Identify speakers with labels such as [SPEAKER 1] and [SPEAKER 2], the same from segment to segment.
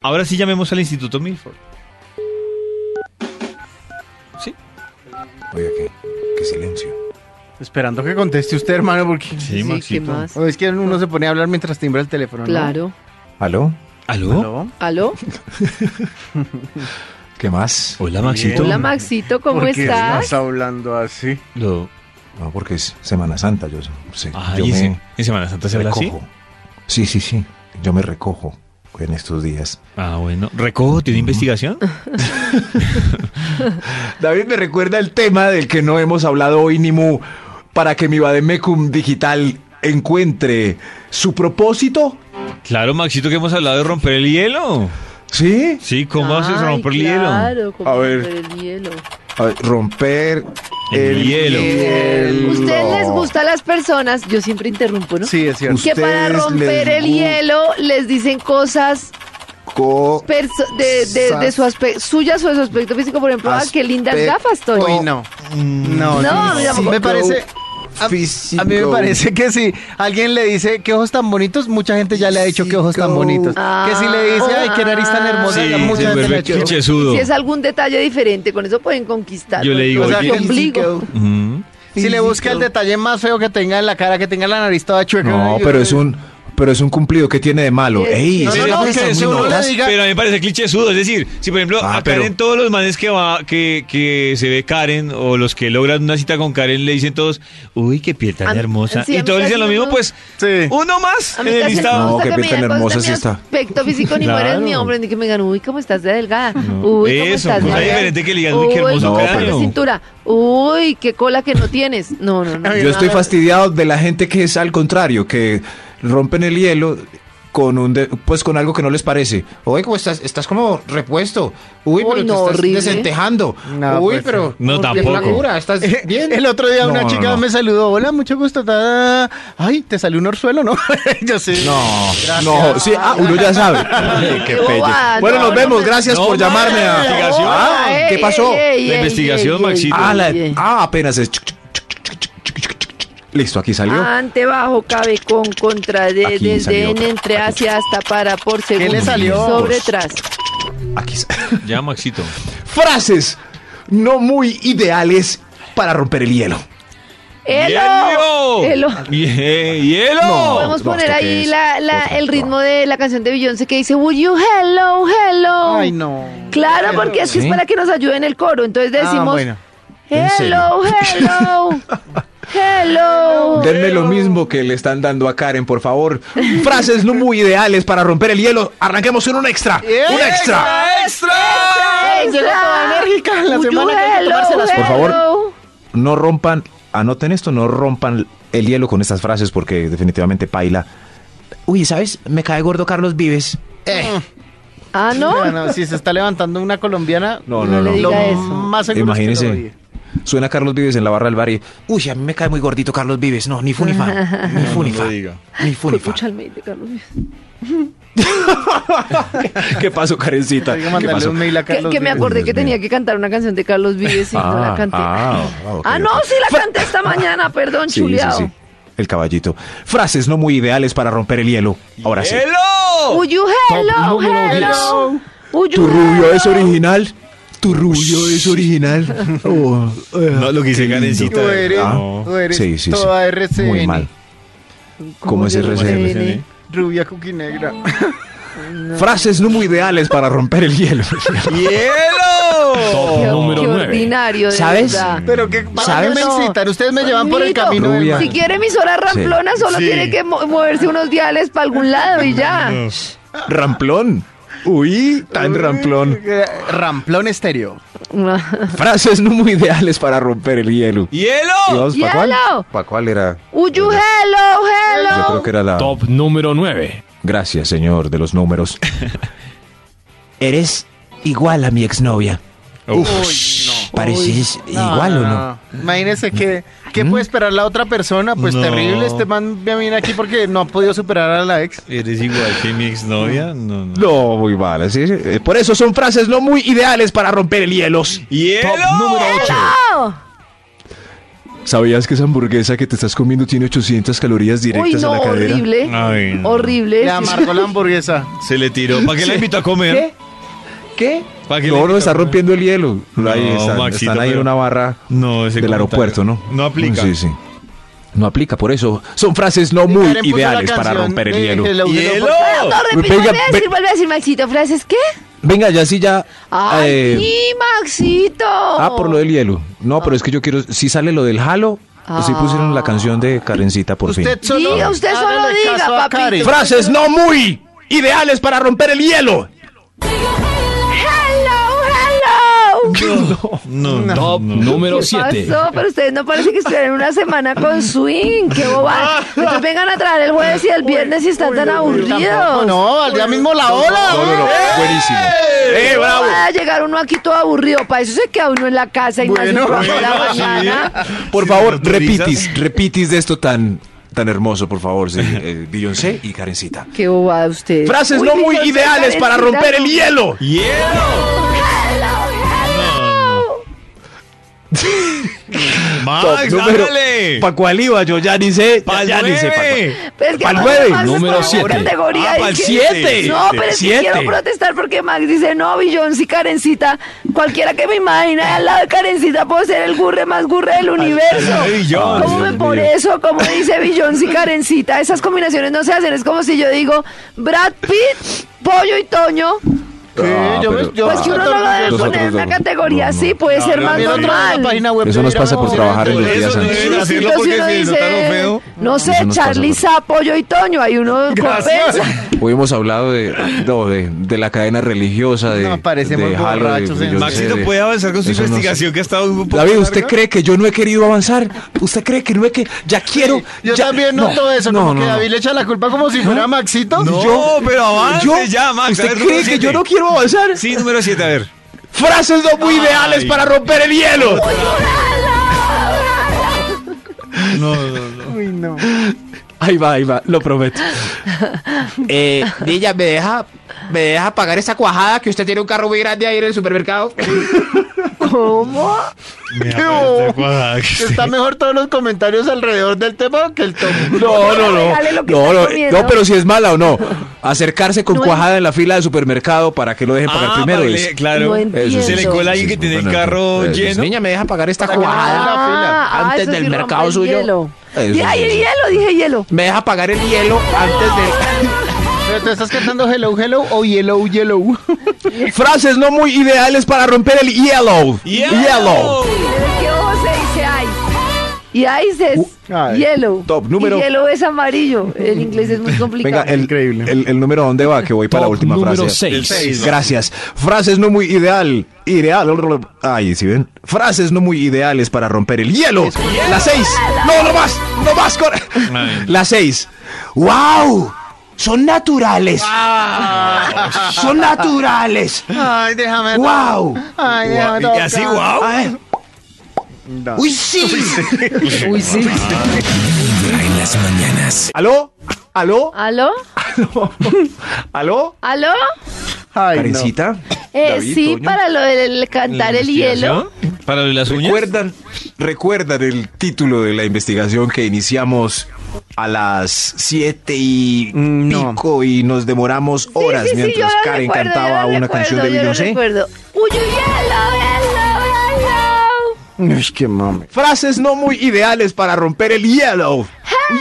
[SPEAKER 1] Ahora sí llamemos al Instituto Milford. ¿Sí?
[SPEAKER 2] Oiga, qué, qué silencio.
[SPEAKER 3] Esperando que conteste usted, hermano, porque
[SPEAKER 1] Sí,
[SPEAKER 4] Sí, ¿qué
[SPEAKER 1] Maxito.
[SPEAKER 4] más?
[SPEAKER 3] o es que uno se pone a hablar mientras timbra el teléfono. ¿no?
[SPEAKER 4] Claro.
[SPEAKER 2] ¿Aló?
[SPEAKER 1] ¿Aló?
[SPEAKER 3] ¿Aló?
[SPEAKER 4] ¿Aló?
[SPEAKER 2] ¿Qué más?
[SPEAKER 1] Hola, Maxito.
[SPEAKER 4] Hola, Maxito, ¿cómo
[SPEAKER 3] ¿Por qué
[SPEAKER 4] estás?
[SPEAKER 3] estás hablando así?
[SPEAKER 1] Lo-
[SPEAKER 2] No, porque es Semana Santa, yo, se-
[SPEAKER 1] Ah,
[SPEAKER 2] yo
[SPEAKER 1] ¿y
[SPEAKER 2] me
[SPEAKER 1] ese- en Semana Santa se habla así?
[SPEAKER 2] recojo. Sí, sí, sí. Yo me recojo en estos días.
[SPEAKER 1] Ah, bueno. ¿Recojo? ¿Tiene investigación?
[SPEAKER 2] David me recuerda el tema del que no hemos hablado hoy, Nimu, para que mi Bademecum digital encuentre su propósito.
[SPEAKER 1] Claro, Maxito, que hemos hablado de romper el hielo.
[SPEAKER 2] ¿Sí?
[SPEAKER 1] Sí, ¿cómo haces
[SPEAKER 4] Ay,
[SPEAKER 1] romper el hielo?
[SPEAKER 4] Claro, ¿cómo
[SPEAKER 2] A ver.
[SPEAKER 4] romper el hielo.
[SPEAKER 2] A ver, romper
[SPEAKER 1] El hielo.
[SPEAKER 2] hielo.
[SPEAKER 4] ¿Ustedes les gustan las personas? Yo siempre interrumpo, ¿no?
[SPEAKER 3] Sí, es cierto.
[SPEAKER 4] Que para
[SPEAKER 2] Ustedes
[SPEAKER 4] romper
[SPEAKER 2] les
[SPEAKER 4] el
[SPEAKER 2] gu-
[SPEAKER 4] hielo les dicen cosas
[SPEAKER 2] Co-
[SPEAKER 4] perso- de, de- de su aspecto, suyas o de su aspecto físico, por ejemplo, ah, qué lindas
[SPEAKER 2] Aspe-
[SPEAKER 4] gafas, Toño.
[SPEAKER 3] Uy, no. No,
[SPEAKER 4] No, a mí tampoco.
[SPEAKER 3] me parece... A, a mí me
[SPEAKER 2] Físico.
[SPEAKER 3] parece que si alguien le dice qué ojos tan bonitos, mucha gente ya le ha dicho qué ojos tan
[SPEAKER 2] Físico.
[SPEAKER 3] bonitos.
[SPEAKER 4] Ah.
[SPEAKER 3] que si le dice, ay, qué nariz tan hermosa,
[SPEAKER 1] Sí,
[SPEAKER 3] ya
[SPEAKER 1] se
[SPEAKER 3] mucha gente le ha
[SPEAKER 1] vuelve
[SPEAKER 3] dicho.
[SPEAKER 1] clichesudo.
[SPEAKER 4] Si es algún detalle diferente, con eso pueden conquistar.
[SPEAKER 1] Yo le digo,
[SPEAKER 3] O sea,
[SPEAKER 1] oye,
[SPEAKER 3] que-
[SPEAKER 4] ombligo.
[SPEAKER 1] ujú,
[SPEAKER 3] Si le busca el detalle más feo que tenga en la cara, que tenga la nariz toda chueca.
[SPEAKER 2] No,
[SPEAKER 3] yo-
[SPEAKER 2] pero es un pero es un cumplido que tiene de malo.
[SPEAKER 4] Sí,
[SPEAKER 2] Ey,
[SPEAKER 3] no,
[SPEAKER 2] ese
[SPEAKER 3] no, no,
[SPEAKER 2] hombre
[SPEAKER 3] que
[SPEAKER 2] está
[SPEAKER 3] eso
[SPEAKER 2] muy
[SPEAKER 3] no le
[SPEAKER 2] notas.
[SPEAKER 3] diga.
[SPEAKER 1] Pero a mí me parece clichesudo, es decir, si por ejemplo
[SPEAKER 2] Ah,
[SPEAKER 1] a
[SPEAKER 2] pero-
[SPEAKER 1] Karen todos los manes que va, que, que se ve Karen o los que logran una cita con Karen le dicen todos, uy, qué piel tan
[SPEAKER 4] Am-
[SPEAKER 1] hermosa.
[SPEAKER 4] sí, a
[SPEAKER 1] y
[SPEAKER 4] mí
[SPEAKER 1] todos
[SPEAKER 4] casi
[SPEAKER 1] dicen lo
[SPEAKER 4] no-
[SPEAKER 1] mismo, pues
[SPEAKER 3] Sí.
[SPEAKER 1] uno más
[SPEAKER 4] A
[SPEAKER 1] en
[SPEAKER 4] mí
[SPEAKER 1] el
[SPEAKER 4] casi no me
[SPEAKER 1] listado.
[SPEAKER 2] No,
[SPEAKER 4] gusta
[SPEAKER 2] qué
[SPEAKER 4] que me
[SPEAKER 2] pita
[SPEAKER 4] digan
[SPEAKER 2] tan
[SPEAKER 4] cosas
[SPEAKER 2] hermosa
[SPEAKER 4] de mi
[SPEAKER 2] sí está.
[SPEAKER 4] aspecto físico ni
[SPEAKER 1] Claro.
[SPEAKER 4] mueres ni hombre, ni que me digan, uy, cómo estás de delgada.
[SPEAKER 1] No.
[SPEAKER 4] Uy, cómo
[SPEAKER 1] Eso,
[SPEAKER 4] estás de
[SPEAKER 1] cosa
[SPEAKER 4] delgada.
[SPEAKER 1] diferente que le digan, "Uy, qué hermoso
[SPEAKER 4] cómo está tu
[SPEAKER 2] cráneo".
[SPEAKER 4] cintura. Uy, qué cola que no tienes. No, no, no.
[SPEAKER 2] Yo estoy fastidiado de la gente que es al contrario, que rompen el hielo con un de- pues con algo que no les parece. Oye, ¿cómo estás? Estás como repuesto. Uy,
[SPEAKER 4] Uy,
[SPEAKER 2] pero te
[SPEAKER 4] no,
[SPEAKER 2] estás
[SPEAKER 4] horrible.
[SPEAKER 2] desentejando.
[SPEAKER 3] No,
[SPEAKER 2] Uy,
[SPEAKER 3] pues,
[SPEAKER 2] pero
[SPEAKER 1] No,
[SPEAKER 2] qué
[SPEAKER 1] tampoco.
[SPEAKER 2] flacura, Ah, estás bien.
[SPEAKER 3] Eh, El otro día
[SPEAKER 2] No,
[SPEAKER 3] una
[SPEAKER 2] no,
[SPEAKER 3] chica
[SPEAKER 2] no.
[SPEAKER 3] me saludó, hola, mucho gusto, ta- ay, te salió un orzuelo, ¿no? Yo sí.
[SPEAKER 2] No, no, sí, ah, uno ya sabe. Qué
[SPEAKER 4] Qué
[SPEAKER 2] pelle.
[SPEAKER 4] bobada,
[SPEAKER 2] Bueno,
[SPEAKER 4] ah, no,
[SPEAKER 2] nos
[SPEAKER 4] no
[SPEAKER 2] vemos,
[SPEAKER 4] me-
[SPEAKER 2] gracias
[SPEAKER 1] No,
[SPEAKER 2] por
[SPEAKER 1] no,
[SPEAKER 2] llamarme
[SPEAKER 1] no,
[SPEAKER 2] a
[SPEAKER 1] investigación.
[SPEAKER 2] Ah,
[SPEAKER 4] Ey,
[SPEAKER 2] ¿qué
[SPEAKER 4] ey,
[SPEAKER 2] pasó?
[SPEAKER 4] ey,
[SPEAKER 1] La
[SPEAKER 4] ey,
[SPEAKER 1] investigación,
[SPEAKER 4] ey,
[SPEAKER 1] Maxito.
[SPEAKER 4] ey,
[SPEAKER 2] Ah, la-
[SPEAKER 4] ey.
[SPEAKER 2] ah, apenas es. Listo, aquí salió.
[SPEAKER 4] Ante, bajo, cabe, con, contra, de,
[SPEAKER 2] Aquí salió.
[SPEAKER 4] desdén, entre, hacia, hasta, para, por, según,
[SPEAKER 3] le salió?
[SPEAKER 4] sobre, tras.
[SPEAKER 2] Aquí sa-
[SPEAKER 1] Ya, Maxito.
[SPEAKER 2] Frases no muy ideales para romper el hielo.
[SPEAKER 4] ¡Elo! ¡Elo!
[SPEAKER 1] Hie- ¡Hielo!
[SPEAKER 2] No.
[SPEAKER 4] Podemos
[SPEAKER 2] no,
[SPEAKER 4] poner
[SPEAKER 2] ¿esto qué
[SPEAKER 4] ahí
[SPEAKER 2] es?
[SPEAKER 4] la, la-
[SPEAKER 2] Otra,
[SPEAKER 4] el
[SPEAKER 2] no.
[SPEAKER 4] ritmo de la canción de Beyoncé que dice Would you hello, hello?
[SPEAKER 3] Ay, no.
[SPEAKER 4] Claro, porque es que es
[SPEAKER 2] ¿Sí?
[SPEAKER 4] para que nos ayude en el coro. Entonces decimos
[SPEAKER 3] Ah, bueno.
[SPEAKER 2] ¿En
[SPEAKER 4] Hello,
[SPEAKER 2] serio?
[SPEAKER 4] hello, hello.
[SPEAKER 2] Denme lo mismo que le están dando a Karen, por favor. Frases no muy ideales para romper el hielo. Arranquemos con un extra. Un extra.
[SPEAKER 4] Extra.
[SPEAKER 3] Llegó toda enérgica la
[SPEAKER 4] Would you
[SPEAKER 3] semana que hay que
[SPEAKER 4] hello,
[SPEAKER 3] tomárselas,
[SPEAKER 2] por favor.
[SPEAKER 4] hello?
[SPEAKER 2] No rompan, anoten esto, no rompan el hielo con estas frases porque definitivamente paila. Uy, ¿sabes? Me cae gordo Carlos Vives.
[SPEAKER 4] eh, Ah, no.
[SPEAKER 3] No, no, Mm. si se está levantando una colombiana,
[SPEAKER 2] No, no,
[SPEAKER 4] le
[SPEAKER 2] no.
[SPEAKER 4] diga
[SPEAKER 3] lo
[SPEAKER 4] eso.
[SPEAKER 3] más seguro es que lo
[SPEAKER 2] Imagínense.
[SPEAKER 3] odie.
[SPEAKER 2] Suena Carlos Vives en la barra del bar y. Uy, a mí me cae muy gordito Carlos Vives. No, ni Funifa. Ni Funifa. Ni Funifa.
[SPEAKER 4] Escucha el mail de Carlos.
[SPEAKER 2] ¿Qué pasó, Karencita?
[SPEAKER 3] Hay que
[SPEAKER 2] ¿Qué
[SPEAKER 3] mandarle
[SPEAKER 2] pasó?
[SPEAKER 3] un mail a
[SPEAKER 4] Que,
[SPEAKER 3] Carlos.
[SPEAKER 4] que me
[SPEAKER 3] Vives.
[SPEAKER 4] acordé
[SPEAKER 2] Dios
[SPEAKER 4] que tenía
[SPEAKER 2] mío.
[SPEAKER 4] que cantar una canción de Carlos Vives y no la canté.
[SPEAKER 2] ah, ah, ok,
[SPEAKER 4] Ah, no,
[SPEAKER 2] ok.
[SPEAKER 4] sí la canté esta mañana, perdón,
[SPEAKER 2] Sí, sí,
[SPEAKER 4] chuleado.
[SPEAKER 2] sí. El caballito. Frases no muy ideales para romper el hielo. Ahora sí.
[SPEAKER 1] ¡Hielo!
[SPEAKER 4] Would you hello, hello? Would you
[SPEAKER 2] Tu rubio
[SPEAKER 4] hello?
[SPEAKER 2] es original. Tu rubio es original. Oh, eh.
[SPEAKER 1] No, lo que dice Karencita. Ah.
[SPEAKER 3] Tú eres,
[SPEAKER 1] No.
[SPEAKER 3] tú eres
[SPEAKER 2] Ah. Sí, sí, sí.
[SPEAKER 3] toda RCN.
[SPEAKER 2] Muy mal. ¿Cómo es
[SPEAKER 4] yo
[SPEAKER 2] RCN?
[SPEAKER 4] RCN?
[SPEAKER 3] Rubia cookie negra.
[SPEAKER 2] Frases no muy ideales para romper el hielo.
[SPEAKER 1] ¡Hielo!
[SPEAKER 4] Qué,
[SPEAKER 5] Número
[SPEAKER 4] qué
[SPEAKER 5] nueve.
[SPEAKER 4] ordinario, de
[SPEAKER 2] ¿Sabes?
[SPEAKER 4] verdad.
[SPEAKER 3] Pero que ¿para
[SPEAKER 2] ¿Sabes?
[SPEAKER 3] qué me incitan? Ustedes me llevan por el
[SPEAKER 4] Mito,
[SPEAKER 3] camino del
[SPEAKER 2] Rubia.
[SPEAKER 3] mal.
[SPEAKER 4] Si quiere emisora ramplona, solo
[SPEAKER 1] Sí.
[SPEAKER 4] tiene que mo- moverse unos diales para algún lado y ya.
[SPEAKER 2] ramplón. Uy, tan ramplón.
[SPEAKER 3] Eh, Ramplón estéreo.
[SPEAKER 2] Pues, Frases no muy ideales para romper el hielo.
[SPEAKER 1] ¡Hielo!
[SPEAKER 2] Dios, ¿pa' cuál?
[SPEAKER 4] Hielo.
[SPEAKER 2] ¿Para cuál era?
[SPEAKER 4] Would you hello,
[SPEAKER 2] Yo creo
[SPEAKER 4] hello?
[SPEAKER 2] que era la.
[SPEAKER 5] Top número 9.
[SPEAKER 2] Gracias, señor de los números. Eres igual a mi exnovia. Pareces igual o no.
[SPEAKER 3] Imagínese que, ¿qué puede esperar la otra persona? Pues
[SPEAKER 1] No.
[SPEAKER 3] terrible, este man me viene aquí porque no ha podido superar a la ex.
[SPEAKER 1] ¿Eres igual que mi exnovia? No, no.
[SPEAKER 2] No, muy mal. sí, sí. Eh, Por eso son frases no muy ideales para romper el hielo.
[SPEAKER 1] ¡Hielo!
[SPEAKER 4] Oh.
[SPEAKER 5] Top número 8.
[SPEAKER 4] Hello.
[SPEAKER 2] ¿Sabías que esa hamburguesa que te estás comiendo tiene 800 calorías
[SPEAKER 4] Uy,
[SPEAKER 2] directas
[SPEAKER 4] no,
[SPEAKER 2] a la cadera?
[SPEAKER 4] horrible.
[SPEAKER 1] Ay, no.
[SPEAKER 4] Horrible.
[SPEAKER 3] Le amargó la hamburguesa.
[SPEAKER 1] Se le tiró. ¿Para qué la invitó a comer?
[SPEAKER 2] ¿Qué? ¿Qué?
[SPEAKER 1] ¿Para qué le
[SPEAKER 2] No,
[SPEAKER 1] invitó
[SPEAKER 2] no, está
[SPEAKER 1] a comer?
[SPEAKER 2] rompiendo el hielo.
[SPEAKER 1] No,
[SPEAKER 2] ahí están,
[SPEAKER 1] Maxito,
[SPEAKER 2] están ahí en
[SPEAKER 1] pero-
[SPEAKER 2] una barra
[SPEAKER 1] No, ese
[SPEAKER 2] del
[SPEAKER 1] comentario.
[SPEAKER 2] aeropuerto, ¿no?
[SPEAKER 1] No aplica.
[SPEAKER 2] Sí, sí. No aplica, por eso son frases no muy
[SPEAKER 3] Karen puso la
[SPEAKER 2] ideales para
[SPEAKER 3] canción
[SPEAKER 2] romper el
[SPEAKER 3] de
[SPEAKER 2] hielo.
[SPEAKER 3] Hello, Hello,
[SPEAKER 1] ¡Hielo!
[SPEAKER 3] porque-
[SPEAKER 4] No, repite,
[SPEAKER 2] Venga,
[SPEAKER 4] vuelve a
[SPEAKER 2] ve-
[SPEAKER 4] decir, vuelve a decir, Maxito, frases, ¿qué?
[SPEAKER 2] Venga, ya sí, ya.
[SPEAKER 4] Ay,
[SPEAKER 2] eh,
[SPEAKER 4] sí, Maxito.
[SPEAKER 2] Ah, por
[SPEAKER 4] Oh.
[SPEAKER 2] lo del hielo. No,
[SPEAKER 4] Ah.
[SPEAKER 2] pero es que yo quiero. Si sale lo del halo, sí pusieron la canción de Karencita por
[SPEAKER 3] Usted
[SPEAKER 2] fin.
[SPEAKER 3] solo.
[SPEAKER 4] Diga, usted solo
[SPEAKER 3] hágale
[SPEAKER 4] diga,
[SPEAKER 3] caso a
[SPEAKER 4] papito.
[SPEAKER 3] Karen.
[SPEAKER 2] Frases no muy ideales para romper el hielo.
[SPEAKER 4] Hello, hello.
[SPEAKER 1] No, no,
[SPEAKER 5] Top
[SPEAKER 1] no.
[SPEAKER 5] número
[SPEAKER 4] ¿Qué
[SPEAKER 5] 7.
[SPEAKER 4] pasó? Pero ustedes no parece que estuvieran una semana con swing. ¡Qué bobada! Entonces vengan a traer el jueves y el viernes y están tan
[SPEAKER 3] Tampoco,
[SPEAKER 4] aburridos.
[SPEAKER 3] no, al día
[SPEAKER 4] Pues
[SPEAKER 3] mismo la ola.
[SPEAKER 2] No, no, no. Buenísimo.
[SPEAKER 1] ¡Eh,
[SPEAKER 4] No
[SPEAKER 1] bravo!
[SPEAKER 4] vaya a llegar uno aquí todo aburrido. Para eso se queda uno en la casa y
[SPEAKER 3] Bueno,
[SPEAKER 4] no hace un programa
[SPEAKER 1] bueno,
[SPEAKER 4] de la
[SPEAKER 1] sí.
[SPEAKER 4] mañana.
[SPEAKER 2] Por
[SPEAKER 1] Si
[SPEAKER 2] favor,
[SPEAKER 1] nos autorizas.
[SPEAKER 2] repitis, repitis de esto tan, tan hermoso, por favor, sí, eh, Beyoncé y Karencita.
[SPEAKER 4] Qué bobada ustedes.
[SPEAKER 2] Frases
[SPEAKER 4] Uy,
[SPEAKER 2] no muy
[SPEAKER 4] Beyoncé,
[SPEAKER 2] ideales para
[SPEAKER 4] Karencita,
[SPEAKER 2] romper el
[SPEAKER 4] no.
[SPEAKER 2] hielo.
[SPEAKER 1] Ah, ¡Hielo! ¡Max, ándale!
[SPEAKER 2] ¿Para cuál iba? Yo ya ni sé.
[SPEAKER 1] ¡Pa'l
[SPEAKER 2] ya ni sé. pa'
[SPEAKER 1] nueve!
[SPEAKER 2] cuál.
[SPEAKER 4] Pero es que
[SPEAKER 2] Pa'l
[SPEAKER 4] Max
[SPEAKER 2] nueve,
[SPEAKER 4] Max es
[SPEAKER 5] número
[SPEAKER 4] por
[SPEAKER 5] siete.
[SPEAKER 4] categoría,
[SPEAKER 1] Ah,
[SPEAKER 4] es
[SPEAKER 1] pa'l
[SPEAKER 4] que-
[SPEAKER 1] siete.
[SPEAKER 4] No, pero es que
[SPEAKER 2] Siete.
[SPEAKER 4] quiero protestar porque Max dice, no, Beyoncé y Karencita, cualquiera que me imagine al lado de Karencita puedo ser el gurre más gurre del universo.
[SPEAKER 1] al lado de Beyoncé.
[SPEAKER 4] ¿Cómo me
[SPEAKER 1] Dios
[SPEAKER 4] por
[SPEAKER 1] mío.
[SPEAKER 4] eso? Como dice Beyoncé y Karencita, esas combinaciones no se hacen, es como si yo digo, Brad Pitt, Pollo y Toño,
[SPEAKER 3] Sí,
[SPEAKER 2] Ah,
[SPEAKER 3] yo,
[SPEAKER 2] pero-
[SPEAKER 3] yo,
[SPEAKER 4] pues que uno no lo debe
[SPEAKER 2] Los
[SPEAKER 4] poner en
[SPEAKER 2] otros
[SPEAKER 4] una
[SPEAKER 2] dos.
[SPEAKER 4] categoría
[SPEAKER 2] No, no.
[SPEAKER 4] así, puede ser más
[SPEAKER 3] También otra vez la
[SPEAKER 4] normal.
[SPEAKER 3] página web
[SPEAKER 2] Eso nos
[SPEAKER 3] era
[SPEAKER 2] pasa por
[SPEAKER 3] como-
[SPEAKER 2] trabajar en los
[SPEAKER 1] Por
[SPEAKER 2] días
[SPEAKER 1] eso no
[SPEAKER 2] antes.
[SPEAKER 1] deben hacerlo
[SPEAKER 4] Entonces
[SPEAKER 1] porque
[SPEAKER 4] uno
[SPEAKER 1] se notaron
[SPEAKER 4] dice,
[SPEAKER 1] feo.
[SPEAKER 4] No sé,
[SPEAKER 2] Eso nos pasa,
[SPEAKER 4] Charlie
[SPEAKER 2] por-
[SPEAKER 4] Zapollo y Toño, hay uno
[SPEAKER 3] Gracias.
[SPEAKER 4] compensa.
[SPEAKER 2] Hoy hemos hablado de, no, de, de la cadena religiosa, de,
[SPEAKER 3] No, parecemos
[SPEAKER 2] de Halo, de
[SPEAKER 3] borrachos, señor.
[SPEAKER 2] Beyoncé,
[SPEAKER 1] Maxito
[SPEAKER 2] de-
[SPEAKER 1] puede avanzar con su
[SPEAKER 2] Eso no sé.
[SPEAKER 1] investigación que ha estado un poco
[SPEAKER 2] David, ¿usted
[SPEAKER 1] larga?
[SPEAKER 2] cree que yo no he querido avanzar? ¿Usted cree que no he que ya quiero?
[SPEAKER 3] Yo
[SPEAKER 2] ya-
[SPEAKER 3] también noto eso,
[SPEAKER 2] no,
[SPEAKER 3] como
[SPEAKER 2] no,
[SPEAKER 3] que
[SPEAKER 2] no.
[SPEAKER 3] David le echa la culpa como si fuera Maxito.
[SPEAKER 1] No,
[SPEAKER 2] yo-
[SPEAKER 1] pero avance
[SPEAKER 2] ¿Yo?
[SPEAKER 1] ya, Max. A
[SPEAKER 2] ¿Usted
[SPEAKER 1] ver,
[SPEAKER 2] cree
[SPEAKER 1] número
[SPEAKER 2] que yo
[SPEAKER 1] siete.
[SPEAKER 2] no quiero avanzar?
[SPEAKER 1] Sí, número 7, a ver.
[SPEAKER 2] Frases no muy ideales para romper el hielo.
[SPEAKER 1] No, no, no.
[SPEAKER 3] Uy, no.
[SPEAKER 2] Ahí va, ahí va, lo prometo. Eh, niña, ¿me deja, ¿me deja pagar esa cuajada que usted tiene un carro muy grande ahí en el supermercado?
[SPEAKER 4] ¿Cómo?
[SPEAKER 1] Mira,
[SPEAKER 3] ¿Qué
[SPEAKER 1] pero
[SPEAKER 3] hubo?
[SPEAKER 1] está cuadrada.
[SPEAKER 3] Está mejor todos los comentarios alrededor del tema que el top.
[SPEAKER 2] No, no, no.
[SPEAKER 4] Regale lo que
[SPEAKER 2] No,
[SPEAKER 4] está
[SPEAKER 2] no,
[SPEAKER 4] comiendo.
[SPEAKER 2] no, pero si es mala o no. Acercarse con
[SPEAKER 4] No,
[SPEAKER 2] cuajada en la fila del supermercado para que lo dejen pagar
[SPEAKER 1] Ah,
[SPEAKER 2] primero.
[SPEAKER 1] vale,
[SPEAKER 2] es-
[SPEAKER 1] claro.
[SPEAKER 4] No entiendo.
[SPEAKER 1] Se le cola alguien que
[SPEAKER 2] Sí,
[SPEAKER 1] tiene el
[SPEAKER 2] bueno,
[SPEAKER 1] carro
[SPEAKER 2] eh,
[SPEAKER 1] lleno.
[SPEAKER 2] Niña, ¿me deja pagar esta
[SPEAKER 3] Para que no
[SPEAKER 2] cuajada?
[SPEAKER 3] la fila,
[SPEAKER 2] antes
[SPEAKER 4] eso
[SPEAKER 2] del
[SPEAKER 4] rompe
[SPEAKER 2] mercado
[SPEAKER 4] el
[SPEAKER 2] suyo.
[SPEAKER 4] hielo.
[SPEAKER 2] Eso
[SPEAKER 4] Di- Ay,
[SPEAKER 2] sí,
[SPEAKER 4] el
[SPEAKER 2] sí.
[SPEAKER 4] hielo, dije hielo.
[SPEAKER 2] ¿Me deja pagar el hielo antes
[SPEAKER 3] Pero tú estás cantando Hello, Hello o Yellow, Yellow.
[SPEAKER 2] de...? Frases no muy ideales para romper el hielo. Hielo.
[SPEAKER 4] ¿De qué ojo se dice ice? Y ice es
[SPEAKER 3] ay.
[SPEAKER 4] hielo.
[SPEAKER 2] Top número-
[SPEAKER 4] Y hielo es amarillo. El inglés es muy complicado.
[SPEAKER 3] Increíble.
[SPEAKER 2] el, el número dónde va, que voy para la
[SPEAKER 5] Top
[SPEAKER 2] última
[SPEAKER 5] número
[SPEAKER 2] frase.
[SPEAKER 5] seis.
[SPEAKER 1] El seis, ¿no?
[SPEAKER 2] Gracias. Frases no muy ideal. Ideal. Ay, si ven. Frases no muy ideales para romper el hielo. La seis. No, no más. No más. Con...
[SPEAKER 1] Ay.
[SPEAKER 2] La seis. ¡Wow! Son naturales. Son naturales.
[SPEAKER 3] Ay, déjame.
[SPEAKER 2] ¡Wow!
[SPEAKER 3] Ay, déjame.
[SPEAKER 1] Y así,
[SPEAKER 3] tocar.
[SPEAKER 1] wow.
[SPEAKER 2] Ay. ¡Uy, sí!
[SPEAKER 4] Uy, sí.
[SPEAKER 5] En las mañanas.
[SPEAKER 2] ¿Aló? ¿Aló?
[SPEAKER 4] ¿Aló?
[SPEAKER 2] ¿Aló?
[SPEAKER 4] ¿Aló?
[SPEAKER 3] Ay, no.
[SPEAKER 2] Karencita.
[SPEAKER 4] Eh,
[SPEAKER 2] David,
[SPEAKER 4] sí,
[SPEAKER 2] Toño.
[SPEAKER 4] para lo del cantar el hielo.
[SPEAKER 1] Para lo de las uñas.
[SPEAKER 2] ¿Recuerdan, recuerdan el título de la investigación que iniciamos a las siete y
[SPEAKER 3] Mm, No.
[SPEAKER 2] pico y nos demoramos horas
[SPEAKER 4] sí, sí, sí,
[SPEAKER 2] mientras
[SPEAKER 4] yo lo
[SPEAKER 2] Karen
[SPEAKER 4] recuerdo,
[SPEAKER 2] cantaba
[SPEAKER 4] yo lo
[SPEAKER 2] una
[SPEAKER 4] recuerdo,
[SPEAKER 2] canción de
[SPEAKER 4] yo lo
[SPEAKER 2] Beyoncé?
[SPEAKER 4] recuerdo. Uy, uy, hielo, hielo, hielo.
[SPEAKER 3] Uy, qué mame.
[SPEAKER 2] Frases no muy ideales para romper el hielo.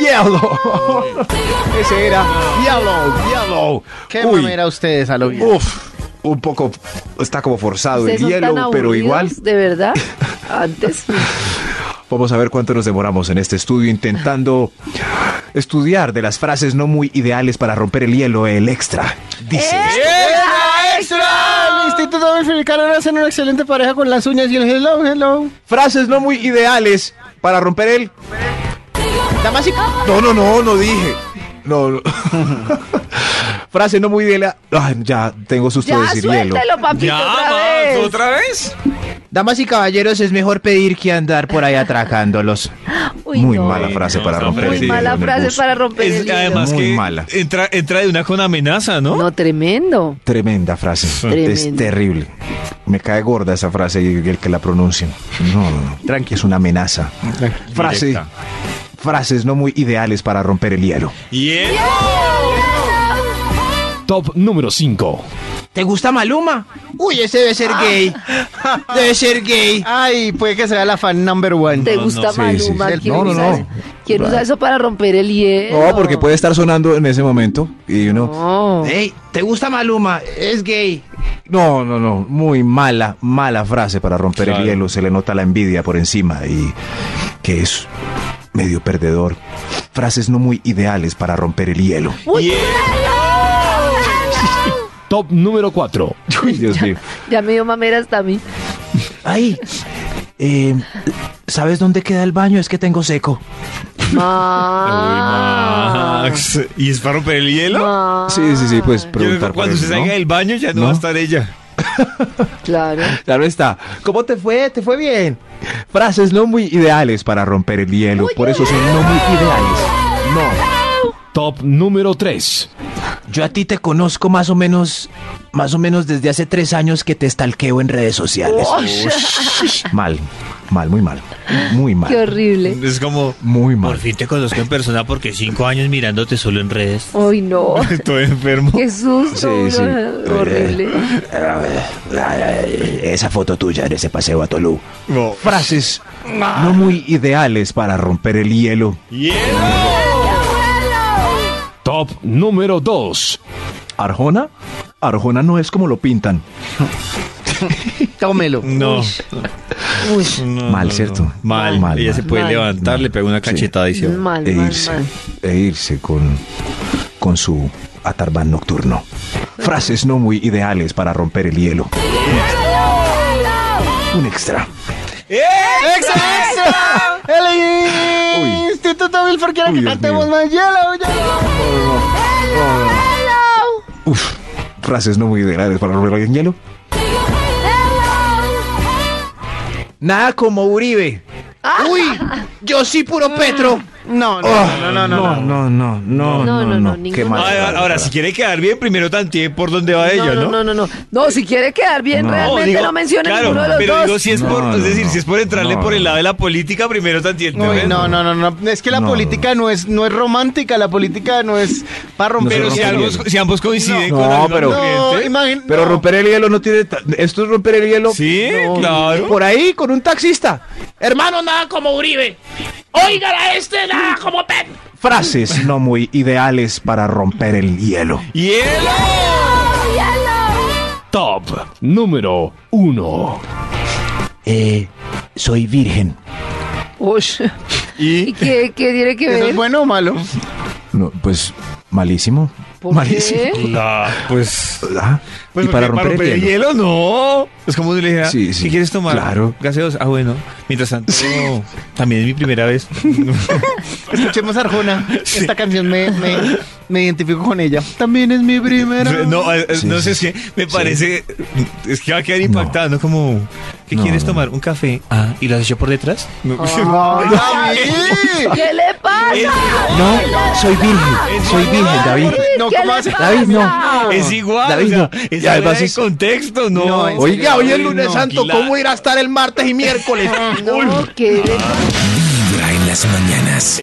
[SPEAKER 2] Hielo. Ese era yellow, yellow.
[SPEAKER 3] Qué
[SPEAKER 2] Uy,
[SPEAKER 3] mamera ustedes a lo bien.
[SPEAKER 2] Uf, un poco está como forzado el
[SPEAKER 4] Ustedes son tan
[SPEAKER 2] hielo, pero
[SPEAKER 4] aburridos,
[SPEAKER 2] igual
[SPEAKER 4] De verdad, antes.
[SPEAKER 2] Vamos a ver cuánto nos demoramos en este estudio intentando estudiar de las frases no muy ideales para romper el hielo, el extra. Dice.
[SPEAKER 5] ¿Eh?
[SPEAKER 3] ¡Extra, extra! El Instituto Belfilicano hacen una excelente pareja con las uñas y el hello, hello.
[SPEAKER 2] Frases no muy ideales para romper el.
[SPEAKER 3] Damas y
[SPEAKER 2] No, no, no, no dije. No. no. Frases no muy ideales. Ay, ya tengo susto de
[SPEAKER 4] Ya,
[SPEAKER 2] decir hielo.
[SPEAKER 4] suéltalo, papito,
[SPEAKER 1] Ya,
[SPEAKER 4] otra
[SPEAKER 1] Max,
[SPEAKER 4] vez.
[SPEAKER 1] ¿otra vez?
[SPEAKER 5] Damas y caballeros, es mejor pedir que andar por ahí atracándolos.
[SPEAKER 4] Uy,
[SPEAKER 5] Muy
[SPEAKER 4] no. eh.
[SPEAKER 5] mala frase
[SPEAKER 1] No,
[SPEAKER 5] para
[SPEAKER 1] no,
[SPEAKER 5] romper
[SPEAKER 1] muy
[SPEAKER 5] el hielo
[SPEAKER 1] mala
[SPEAKER 5] en el
[SPEAKER 4] frase
[SPEAKER 5] bus.
[SPEAKER 4] para romper
[SPEAKER 1] Es-
[SPEAKER 4] el hielo.
[SPEAKER 1] además
[SPEAKER 5] Muy
[SPEAKER 1] que
[SPEAKER 5] mala.
[SPEAKER 1] Entra, entra de una con amenaza, ¿no?
[SPEAKER 4] No, tremendo.
[SPEAKER 5] Tremenda frase.
[SPEAKER 4] Tremendo.
[SPEAKER 5] Es terrible. Me cae gorda esa frase y el que la pronuncien. No, no, no. Tranqui, es una amenaza. Frase,
[SPEAKER 1] Directa.
[SPEAKER 5] frases no muy ideales para romper el hielo.
[SPEAKER 1] Y él-
[SPEAKER 2] Top número 5.
[SPEAKER 5] ¿Te gusta Maluma? Uy, ese debe ser gay. Debe ser gay.
[SPEAKER 3] Ay, puede que sea la fan number one.
[SPEAKER 4] ¿Te
[SPEAKER 1] no,
[SPEAKER 4] gusta
[SPEAKER 1] sí, sí,
[SPEAKER 4] Maluma?
[SPEAKER 5] sí.
[SPEAKER 4] ¿Quién
[SPEAKER 5] No, no,
[SPEAKER 4] usa
[SPEAKER 5] no.
[SPEAKER 4] eso? ¿Quién usa eso para romper el hielo?
[SPEAKER 5] No, porque puede estar sonando en ese momento y uno.
[SPEAKER 4] No.
[SPEAKER 5] Ey, ¿te gusta Maluma? Es gay. No, no, no. Muy mala, mala frase para romper
[SPEAKER 1] Claro.
[SPEAKER 5] el hielo. Se le nota la envidia por encima y que es medio perdedor. Frases no muy ideales para romper el hielo.
[SPEAKER 1] y él-
[SPEAKER 2] Top número 4.
[SPEAKER 5] Uy, Dios mío.
[SPEAKER 4] Ya me dio mamera hasta a mí.
[SPEAKER 5] Ay, eh, ¿sabes dónde queda el baño? Es que tengo seco.
[SPEAKER 4] Ah.
[SPEAKER 1] Uy, Max. ¿Y es para romper el hielo?
[SPEAKER 4] Max.
[SPEAKER 5] Sí, sí, sí, pues
[SPEAKER 1] Yo creo que
[SPEAKER 5] preguntar por
[SPEAKER 1] cuando
[SPEAKER 5] él,
[SPEAKER 1] se
[SPEAKER 5] ¿no?
[SPEAKER 1] salga del baño ya no,
[SPEAKER 5] ¿No?
[SPEAKER 1] va a estar ella.
[SPEAKER 4] Claro.
[SPEAKER 5] Claro está. ¿Cómo te fue? ¿Te fue bien? Frases no muy ideales para romper el hielo. Por eso son no muy ideales. No.
[SPEAKER 2] Top número 3.
[SPEAKER 5] Yo a ti te conozco más o menos, más o menos desde hace tres años que te stalkeo en redes sociales. Mal, mal, muy mal. Muy mal.
[SPEAKER 4] Qué horrible.
[SPEAKER 1] Es como...
[SPEAKER 5] Muy mal.
[SPEAKER 1] fin te conozco en persona porque cinco años mirándote solo en redes.
[SPEAKER 4] Ay, no.
[SPEAKER 1] Estoy enfermo.
[SPEAKER 4] Qué susto.
[SPEAKER 5] Sí, sí.
[SPEAKER 4] ¿no? Horrible.
[SPEAKER 5] Esa foto tuya en ese paseo a Tolú.
[SPEAKER 1] No.
[SPEAKER 5] Frases no muy ideales para romper el hielo.
[SPEAKER 1] ¡Hielo!
[SPEAKER 2] Top número 2.
[SPEAKER 5] ¿Arjona? Arjona no es como lo pintan.
[SPEAKER 3] Tómelo.
[SPEAKER 1] No.
[SPEAKER 4] Uy,
[SPEAKER 1] no,
[SPEAKER 5] Mal,
[SPEAKER 1] no,
[SPEAKER 5] ¿cierto?
[SPEAKER 1] no. Mal.
[SPEAKER 5] Mal,
[SPEAKER 1] ella
[SPEAKER 5] mal.
[SPEAKER 1] se puede
[SPEAKER 4] Mal.
[SPEAKER 1] levantar, le pega una cachetada y se va.
[SPEAKER 4] mal,
[SPEAKER 5] e
[SPEAKER 4] mal,
[SPEAKER 5] irse,
[SPEAKER 4] mal.
[SPEAKER 5] e irse con, con su atarban nocturno. Frases no muy ideales para romper el hielo. Un extra.
[SPEAKER 3] ¡Extra, extra! El
[SPEAKER 5] Uy.
[SPEAKER 3] Instituto Milford quiere
[SPEAKER 5] Uy,
[SPEAKER 3] que
[SPEAKER 5] Dios
[SPEAKER 3] cantemos
[SPEAKER 5] mío.
[SPEAKER 3] más hielo. hielo.
[SPEAKER 5] Uf, frases no muy ideales para romper el hielo. Nada como Uribe.
[SPEAKER 4] Ah.
[SPEAKER 5] Uy, yo sí puro Petro.
[SPEAKER 4] Mm.
[SPEAKER 3] No, no, no, no, no. no.
[SPEAKER 5] no, no, no,
[SPEAKER 4] No, no, no,
[SPEAKER 5] Qué
[SPEAKER 4] ninguna.
[SPEAKER 5] mal.
[SPEAKER 1] Ah, Ahora, ahora, si quiere quedar bien, primero tantee por dónde va ella,
[SPEAKER 4] no,
[SPEAKER 1] ¿no?
[SPEAKER 4] no, no, no. No, si quiere quedar bien,
[SPEAKER 5] No.
[SPEAKER 4] realmente
[SPEAKER 1] digo,
[SPEAKER 4] no menciona
[SPEAKER 1] claro,
[SPEAKER 4] ninguno de los
[SPEAKER 1] pero
[SPEAKER 4] dos.
[SPEAKER 1] digo si es
[SPEAKER 5] No,
[SPEAKER 1] por,
[SPEAKER 5] no,
[SPEAKER 1] es decir,
[SPEAKER 5] no.
[SPEAKER 1] si es por entrarle
[SPEAKER 5] No,
[SPEAKER 1] por el
[SPEAKER 5] no.
[SPEAKER 1] lado de la política, primero tantee el
[SPEAKER 3] Uy,
[SPEAKER 1] terreno.
[SPEAKER 3] no, no, no, no. Es que la
[SPEAKER 5] No.
[SPEAKER 3] política no es, no es romántica, la política no es para romper
[SPEAKER 1] Pero
[SPEAKER 5] No se
[SPEAKER 1] si,
[SPEAKER 5] rompe
[SPEAKER 1] ambos,
[SPEAKER 5] el hielo.
[SPEAKER 1] si ambos coinciden
[SPEAKER 5] No,
[SPEAKER 1] con la misma
[SPEAKER 5] pero-
[SPEAKER 3] No,
[SPEAKER 1] corriente.
[SPEAKER 3] imagín-
[SPEAKER 5] Pero
[SPEAKER 3] no.
[SPEAKER 5] romper el hielo no tiene. ta- Esto es romper el hielo.
[SPEAKER 1] Sí, claro.
[SPEAKER 5] Por ahí, con un taxista. Hermano, nada como Uribe. Oigan a este, nada como Pep. Frases no muy ideales para romper el hielo.
[SPEAKER 1] ¡Hielo!
[SPEAKER 2] Top número 1.
[SPEAKER 5] Eh, soy virgen.
[SPEAKER 4] Uy, ¿Y qué, qué tiene que
[SPEAKER 3] ¿Eso
[SPEAKER 4] ver?
[SPEAKER 3] es bueno o malo?
[SPEAKER 5] No, pues, malísimo.
[SPEAKER 4] ¿Por
[SPEAKER 5] malísimo.
[SPEAKER 4] qué?
[SPEAKER 1] La- pues.
[SPEAKER 5] Ah,
[SPEAKER 1] Pues
[SPEAKER 5] y para
[SPEAKER 1] porque
[SPEAKER 5] romper, el hielo.
[SPEAKER 1] no. Es como uno le dijera,
[SPEAKER 5] Sí, sí,
[SPEAKER 1] ¿qué quieres tomar?
[SPEAKER 5] claro.
[SPEAKER 1] Gaseos. Ah, bueno. Mientras tanto, también es mi primera vez.
[SPEAKER 3] Escuchemos a Arjona. Esta canción me, me, me identifico con ella. También es mi primera.
[SPEAKER 1] no, eh, eh,
[SPEAKER 5] Sí,
[SPEAKER 1] no
[SPEAKER 5] sí,
[SPEAKER 1] sé, es que me parece, es que va a quedar impactado, ¿no? Como, ¿qué
[SPEAKER 5] No,
[SPEAKER 1] quieres
[SPEAKER 5] no.
[SPEAKER 1] tomar? ¿Un café? Ah, ¿y lo has hecho por detrás? No.
[SPEAKER 3] Ay, David.
[SPEAKER 4] ¿Qué le pasa?
[SPEAKER 5] No, soy virgen. Soy virgen, Eh, David.
[SPEAKER 3] No,
[SPEAKER 4] ¿Qué
[SPEAKER 3] ¿cómo
[SPEAKER 4] le
[SPEAKER 3] hace?
[SPEAKER 4] pasa?
[SPEAKER 5] David, no.
[SPEAKER 1] Es igual,
[SPEAKER 5] Ah. David,
[SPEAKER 1] o sea,
[SPEAKER 5] no.
[SPEAKER 1] es fuera
[SPEAKER 5] Ya, además
[SPEAKER 1] de
[SPEAKER 5] es-
[SPEAKER 1] contexto, no.
[SPEAKER 3] No, es-
[SPEAKER 5] Oiga, hoy es lunes
[SPEAKER 3] No,
[SPEAKER 5] santo.
[SPEAKER 1] claro.
[SPEAKER 5] ¿Cómo irá a estar el martes y miércoles?
[SPEAKER 4] No, ¿qué le
[SPEAKER 6] Vibra en las mañanas.